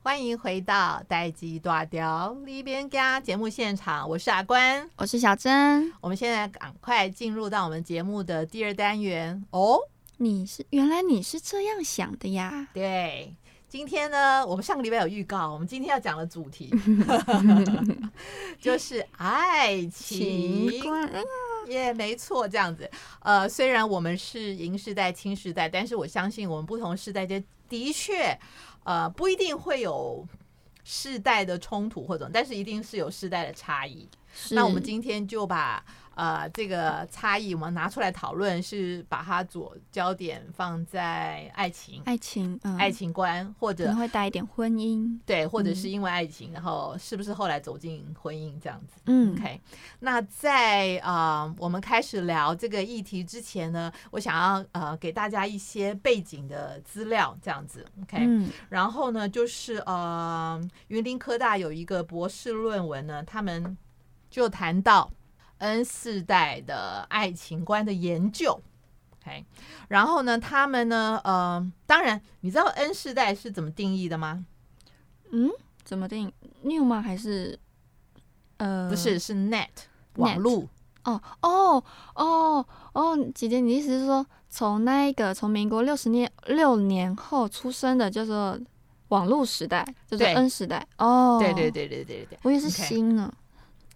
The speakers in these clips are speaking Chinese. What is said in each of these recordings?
欢迎回到待机大雕里边家节目现场，我是阿关。我是小珍，我们现在赶快进入到我们节目的第二单元哦。你是原来你是这样想的呀？对，今天呢，我们上个礼拜有预告，我们今天要讲的主题 就是爱情。怪，耶没错，这样子。呃，虽然我们是银时代、青时代，但是我相信我们不同时代间的确，呃，不一定会有世代的冲突或者，但是一定是有世代的差异。那我们今天就把呃这个差异我们拿出来讨论，是把它左焦点放在爱情、爱情，嗯，爱情观，或可者能会带一点婚姻，对，或者嗯是因为爱情，然后是不是后来走进婚姻这样子。嗯 OK，那在呃我们开始聊这个议题之前呢，我想要呃给大家一些背景的资料，这样子，OK、嗯然后呢，就是呃云林科大有一个博士论文呢，他们就谈到 N 世代的爱情观的研究。OK，然后呢，他们呢，呃，当然，你知道 N 世代是怎么定义的吗？嗯，怎么定 new 吗？还是呃，不是，是 net 网络。哦哦哦哦，姐姐，你意思是说，从那一个从民国六十年六年后出生的，叫做网络时代，叫做对 N 时代？哦，对对，对对对对我也是 OK 新呢。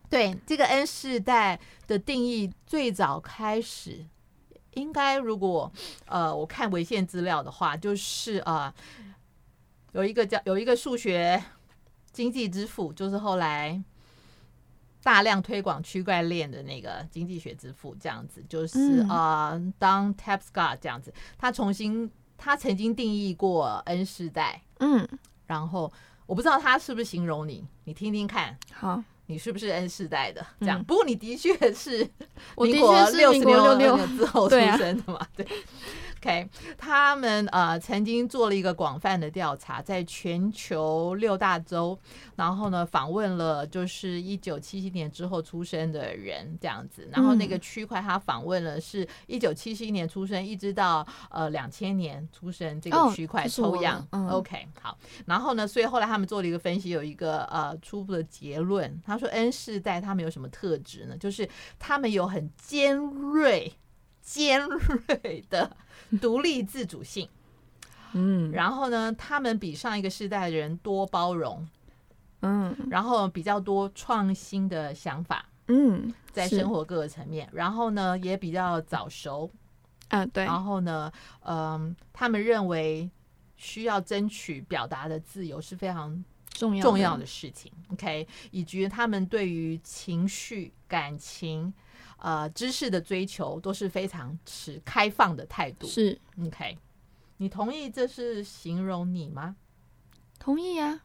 对，这个 N 世代的定义最早开始，应该如果呃我看文献资料的话，就是呃有一个叫有一个数学经济之父，就是后来大量推广区块链的那个经济学之父，这样子就是、嗯呃 Don Tapscott 这样子，他重新他曾经定义过 N 世代，嗯，然后我不知道他是不是形容你，你听听看。好，你是不是 N 世代的？这样，嗯不过你的确是 我的民国确是六十民国六六六， 之后出对啊生的嘛，对。OK，他们呃曾经做了一个广泛的调查，在全球六大洲，然后呢访问了就是一九七七年之后出生的人这样子，嗯然后那个区块他访问了是一九七七年出生一直到呃两千年出生这个哦区块这是我抽样了、嗯 o k 好，然后呢，所以后来他们做了一个分析，有一个呃初步的结论，他说 N 世代他们有什么特质呢？就是他们有很尖锐、尖锐 的独立自主性。嗯然后呢，他们比上一个世代的人多包容，嗯然后比较多创新的想法，嗯，在是生活各个层面。然后呢，也比较早熟。啊，对，然后呢，嗯，他们认为需要争取表达的自由是非常重要重要的事情。OK，以及他们对于情绪、感情、呃知识的追求都是非常持开放的态度。是 OK，你同意这是形容你吗？同意啊。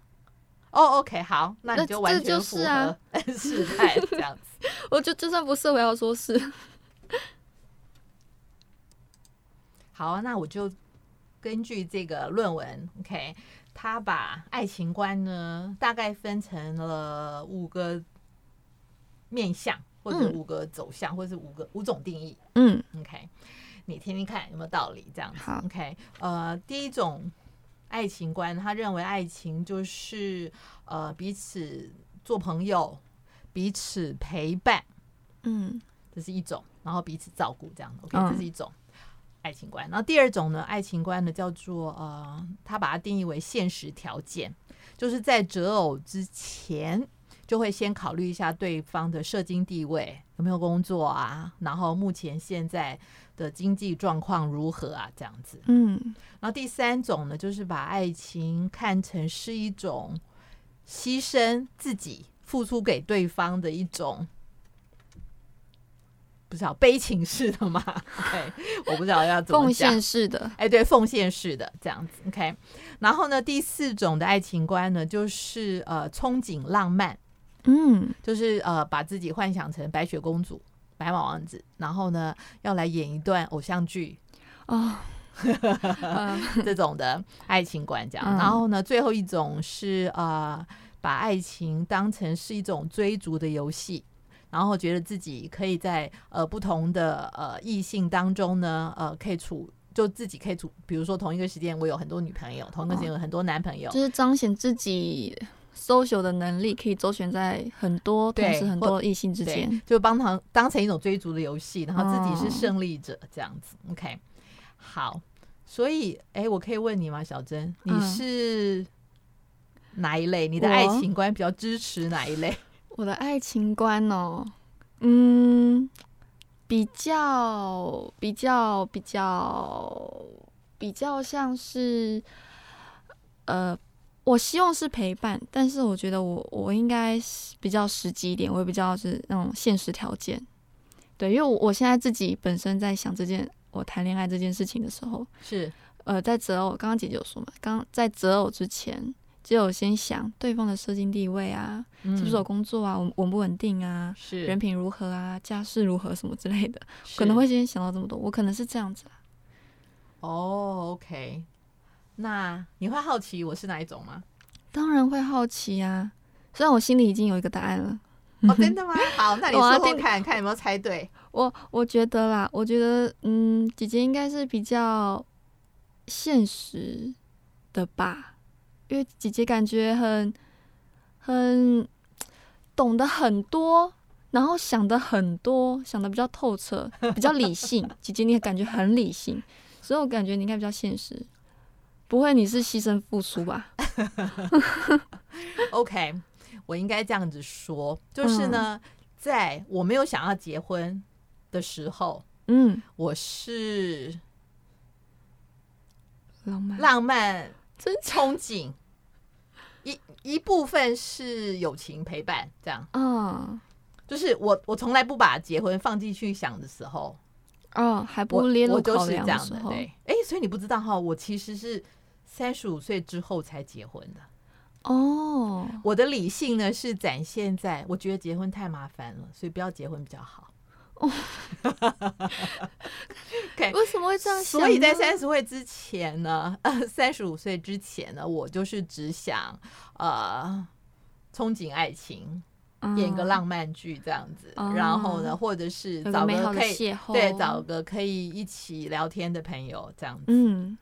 哦、o k 好，那你那就这完就全是符合 啊 N 世代这样子。我就就算不是，我也要说是。好，啊那我就根据这个论文，OK，他把爱情观呢大概分成了五个面向，或者嗯五个走向，或者是五个五种定义。嗯 OK，你听听看有没有道理？这样子好，OK，呃，第一种爱情观，他认为爱情就是呃彼此做朋友，彼此陪伴，嗯这是一种，然后彼此照顾，这样，OK，、嗯这是一种爱情观。然后第二种呢，爱情观呢叫做呃，他把它定义为现实条件，就是在择偶之前。就会先考虑一下对方的社经地位有没有工作啊，然后目前现在的经济状况如何啊，这样子。嗯然后第三种呢，就是把爱情看成是一种牺牲自己、付出给对方的一种，不知道悲情式的吗？OK，我不知道要怎么奉讲献。式的，哎，对，奉献式的这样子，OK。然后呢，第四种的爱情观呢，就是呃，憧憬浪漫，嗯就是呃，把自己幻想成白雪公主、白马王子，然后呢，要来演一段偶像剧，哦， 呃这种的爱情观这样。嗯然后呢，最后一种是呃，把爱情当成是一种追逐的游戏，然后觉得自己可以在呃不同的呃异性当中呢，呃，可以处就自己可以组，比如说同一个时间我有很多女朋友，同一个时间有很多男朋友，就是彰显自己 social 的能力，可以周旋在很多同对时很多异性之对间。，就帮他当成一种追逐的游戏，然后自己哦是胜利者这样子。OK，好，所以哎，我可以问你吗，小珍，你嗯是哪一类？你的我爱情观比较支持哪一类？ 我的爱情观哦，嗯，比较比较比较比较像是，呃，我希望是陪伴，但是我觉得我我应该是比较实际一点，我也比较是那种现实条件。对，因为我我现在自己本身在想这件我谈恋爱这件事情的时候， 是呃，在择偶，刚刚姐姐有说嘛，刚在择偶之前就有先想对方的社经地位啊，是不是有工作啊，稳稳不稳定啊，嗯是人品如何啊，家世如何什么之类的，可能会先想到这么多。我可能是这样子啦，哦，OK。那你会好奇我是哪一种 吗？当然会好奇啊。虽然我心里已经有一个答案了，哦，真的吗？好，那你我说要说定看看有没有猜对。我我觉得啦，我觉得嗯，姐姐应该是比较现实的吧，因为姐姐感觉很很懂得很多，然后想的很多，想的比较透彻，比较理性。姐姐你也感觉很理性，所以我感觉你应该比较现实。不会，你是牺牲付出吧？ OK，我应该这样子说，嗯就是呢，在我没有想要结婚的时候，嗯，我是浪漫，浪漫真憧憬，一一部分是友情陪伴，这样啊就是我我从来不把结婚放进去想的时候，啊，还不我列入我就考是这量的样时的，候，对，哎、所以你不知道哈，我其实是三十五岁之后才结婚的。哦，我的理性呢是展现在我觉得结婚太麻烦了，所以不要结婚比较好。哎为什么会这样想呢？所以在三十岁之前呢，呃，三十五岁之前呢，我就是只想呃憧憬爱情，演个嗯浪漫剧这样子，哦然后呢，或者是有找个美好个的可以邂逅，对找个可以一起聊天的朋友这样子。嗯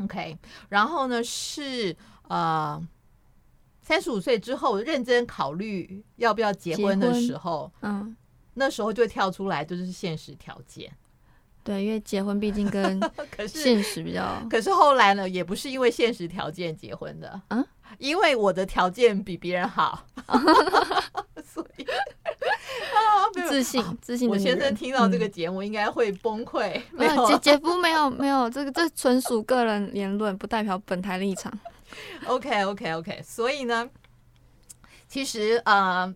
OK，然后呢是呃。三十五岁之后，认真考虑要不要结结婚的婚时候，嗯，那时候就会跳出来，就是现实条件。 对，因为结婚毕竟跟可 是，现实 比较，可是后来呢，也不是因为现实条件结婚的，嗯，因为我的条件比别人好，所以啊，没有自信自信的我女先生人听到这嗯个节目应该会崩溃，没没有有姐啊姐夫没有没有，这个这纯属个人言论，不代表本台立场。 OK OK OK，所以呢，其实呃，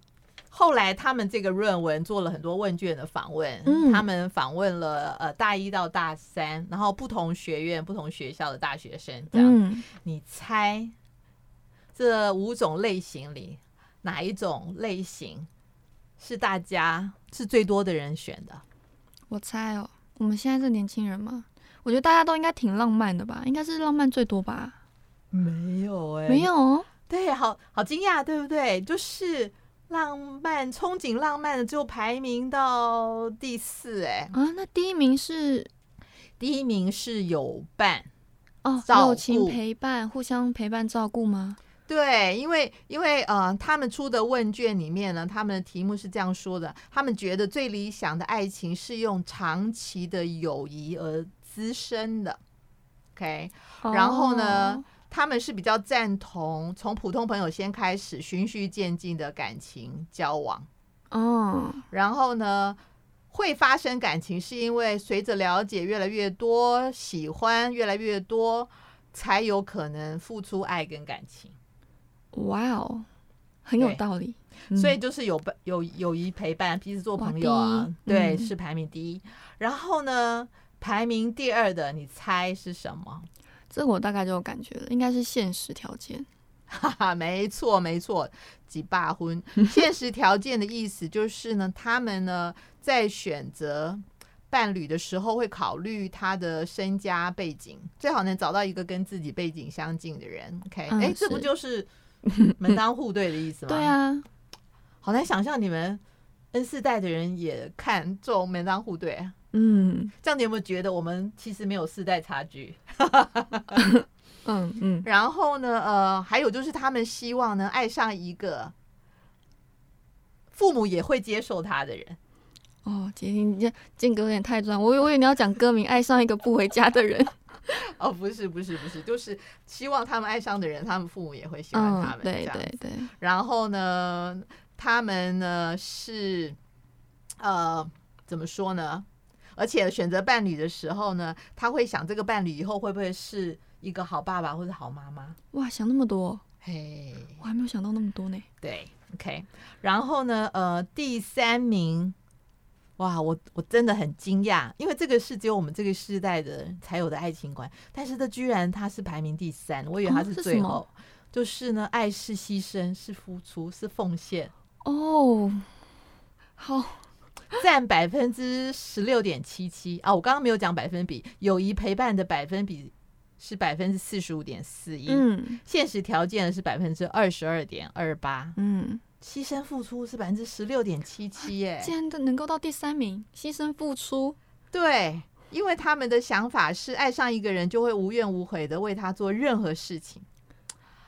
后来他们这个论文做了很多问卷的访问，嗯他们访问了呃大一到大三，然后不同学院、不同学校的大学生，这样，嗯，你猜这五种类型里哪一种类型是大家是最多的人选的？我猜哦，我们现在这年轻人嘛，我觉得大家都应该挺浪漫的吧，应该是浪漫最多吧？没有哎没有哦，对，好好惊讶，对不对？就是浪漫憧憬浪漫的，就排名到第四、哎，啊，那第一名是第一名是有伴。哦，照友情顾陪伴，互相陪伴照顾吗？对，因为因为呃，他们出的问卷里面呢，他们的题目是这样说的：他们觉得最理想的爱情是用长期的友谊而滋生的。OK，然后呢哦？他们是比较赞同从普通朋友先开始，循序渐进的感情交往。哦，然后呢，会发生感情，是因为随着了解越来越多，喜欢越来越多，才有可能付出爱跟感情。哇哦，很有对道理。所嗯以就是有伴有友谊陪伴，彼此做朋友啊哇第一，对，嗯是排名第一。然后呢，排名第二的，你猜是什么？ 这我大概就有感觉了，应该是现实条件。哈哈，没错没错，几霸婚。 现实条件的意思就是呢，他们呢在选择伴侣的时候会考虑他的身家背景，最好能找到一个跟自己背景相近的人。OK，哎、嗯这不是就是 门当户对的意思吗？对，啊，好难想象你们 N 四代的人也看重门当户对啊。嗯这样你有没有觉得我们其实没有世代差距？嗯嗯，然后呢，呃，还有就是他们希望能爱上一个父母也会接受他的人。哦，杰林，你这间隔有点太专，我以我以为你要讲歌名《爱上一个不回家的人》哦，不是，不是，不是，就是希望他们爱上的人，他们父母也会 喜欢他嗯们。，对这样对对，然后呢，他们呢是呃怎么说呢？而且选择伴侣的时候呢，他会想这个伴侣以后会不会是一个好爸爸或者好妈妈？哇，想那么多，嘿，我还没有想到那么多呢。对，OK。然后呢，呃，第三名，哇，我我真的很惊讶，因为这个是只有我们这个世代的人才有的爱情观，但是这居然他是排名第三，我以为他哦是是最什么后。就是呢，爱是牺牲，是付出，是奉献。哦，好，占百分之十六点七七啊！我刚刚没有讲百分比，友谊陪伴的百分比是百分之四十五点四一，嗯现实条件是百分之二十二点二八，嗯，牺牲付出是百分之十六点七七耶。竟然都能够到第三名，牺牲付出，对，因为他们的想法是爱上一个人就会无怨无悔的为他做任何事情，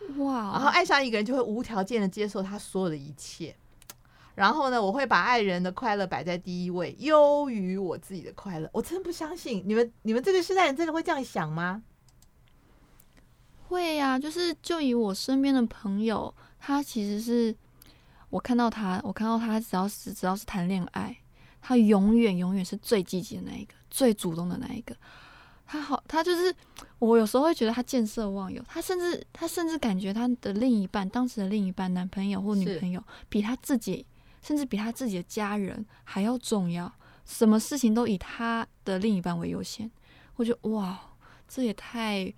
然后哇，哦爱上一个人就会无条件的接受他所有的一切。然后呢，我会把爱人的快乐摆在第一位，优于我自己的快乐。我真不相信你们，你们这个时代人真的会这样想吗？会呀、就是就以我身边的朋友，他其实是我看到他，我看到他只要是只要是谈恋爱，他永远永远是最积极的那一个，最主动的那一个。他好，他就是我有时候会觉得他见色忘友，他甚至他甚至感觉他的另一半，当时的另一半，男朋友或是女朋友，比他自己，甚至比他自己的家人还要重要，什么事情都以他的另一半为优先。我觉得哇，这也太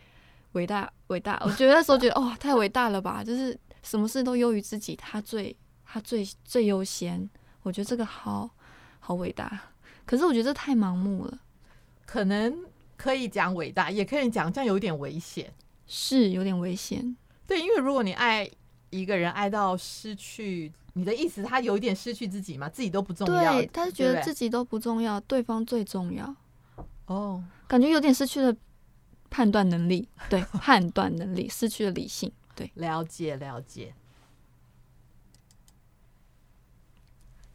伟大伟大！我觉得那时候觉得哦，太伟大了吧， 就是什么事都优于自己，他最他最最优先。我觉得这个好好伟大，可是我觉得这太盲目了，可能可以讲伟大，也可以讲这样有点危险。是有点危险。对，因为如果你爱一个人爱到失去，你的意思他有一点失去自己嘛，自己都不重要，对，他是觉对得不对自己都不重要，对方最重要，哦。感觉有点失去了判断能 力，对，判断能力失去了理性，对，了解了解。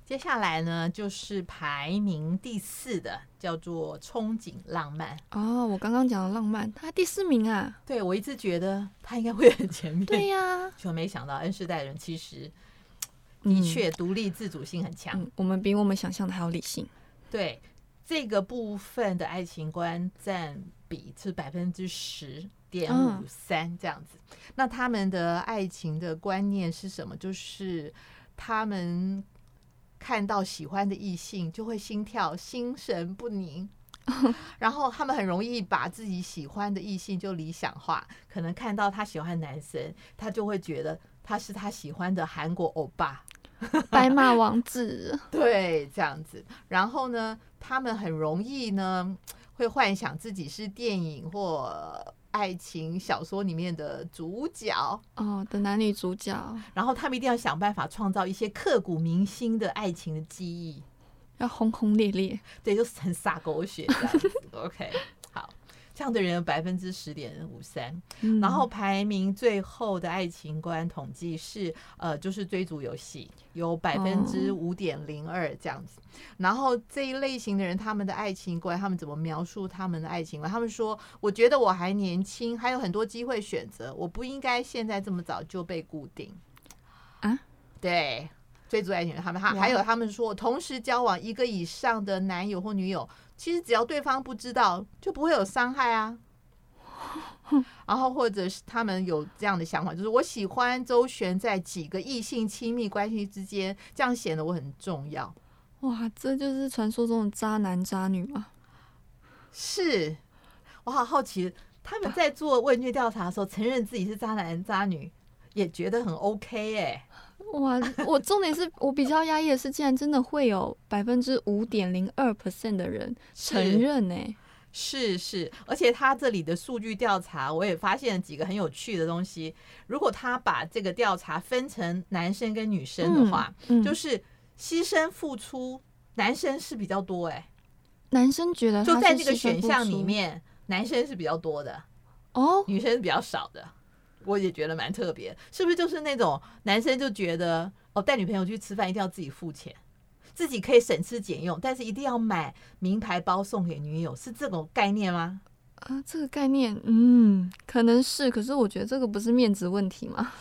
接下来呢，就是排名第四的，叫做憧憬浪漫。哦，我刚刚讲的浪漫，他第四名啊，对我一直觉得他应该会很前面，对呀、就没想到 N 世代人其实的嗯确独立自主性很强。嗯，我们比我们想象的还要理性，对这个部分的爱情观占比是百分之十点五嗯三这样子。那他们的爱情的观念是什么？就是他们看到喜欢的异性就会心跳心神不宁。然后他们很容易把自己喜欢的异性就理想化，可能看到他喜欢的男生，他就会觉得他是他喜欢的韩国欧巴， 白马王子，对，这样子。然后呢，他们很容易呢会幻想自己是电影或爱情小说里面的主角， 哦的男女主角然后他们一定要想办法创造一些刻骨铭心的爱情的记忆。要轰轰烈烈，对，就是很洒狗血这样子。OK，好，这样的人有百分之十点五三。嗯然后排名最后的爱情观统计是，呃，就是追逐游戏，有百分之五点零二这样子。然后这一类型的人，他们的爱情观，他们怎么描述他们的爱情观？他们说：“我觉得我还年轻，还有很多机会选择，我不应该现在这么早就被固定。”啊，对。追逐爱情，他们还哇还有他们说，同时交往一个以上的男友或女友，其实只要对方不知道，就不会有伤害 啊。然后或者是他们有这样的想法，就是我喜欢周旋在几个异性亲密关系之间，这样显得我很重要。哇，这就是传说中的渣男渣女嘛？是我好好奇，他们在做问卷调查的时候，承认自己是渣男渣女，也觉得很 OK 哎、哇， 我重点是我比较压抑的是，竟然真的会有百分之五点零二 percent 的人是承认欸呢、是是，而且他这里的数据调查，我也发现了几个很有趣的东西。如果他把这个调查分成男生跟女生的话，嗯，就是是牺牲付出，男生是比较多哎、男生觉得就呃他在是这个牺牲选付项里出面，男生是比较多的，哦，女生是比较少的。我也觉得蛮特别，是不是就是那种男生就觉得哦，带女朋友去吃饭一定要自己付钱，自己可以省吃俭用，但是一定要买名牌包送给女友，是这种概念吗？ 啊，这个概念，嗯，可能是，可是我觉得这个不是面子问题嘛。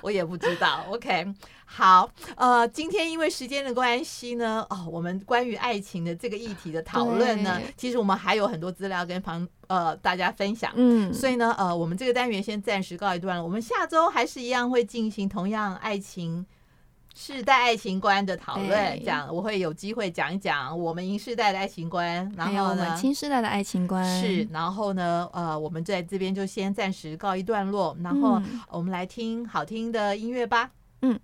我也不知道。OK，好，呃，今天因为时间的关系呢，哦，我们关于爱情的这个议题的讨论呢对，其实我们还有很多资料跟旁呃大家分享。嗯，所以呢，呃，我们这个单元先暂时告一段落。我们下周还是一样会进行同样爱情世代爱情观的讨论对，这样我会有机会讲一讲我们银世代的爱情观，然还有后哎我们呢。新时代的爱情观是，然后呢，呃，我们在这边就先暂时告一段落，然后嗯我们来听好听的音乐吧。嗯。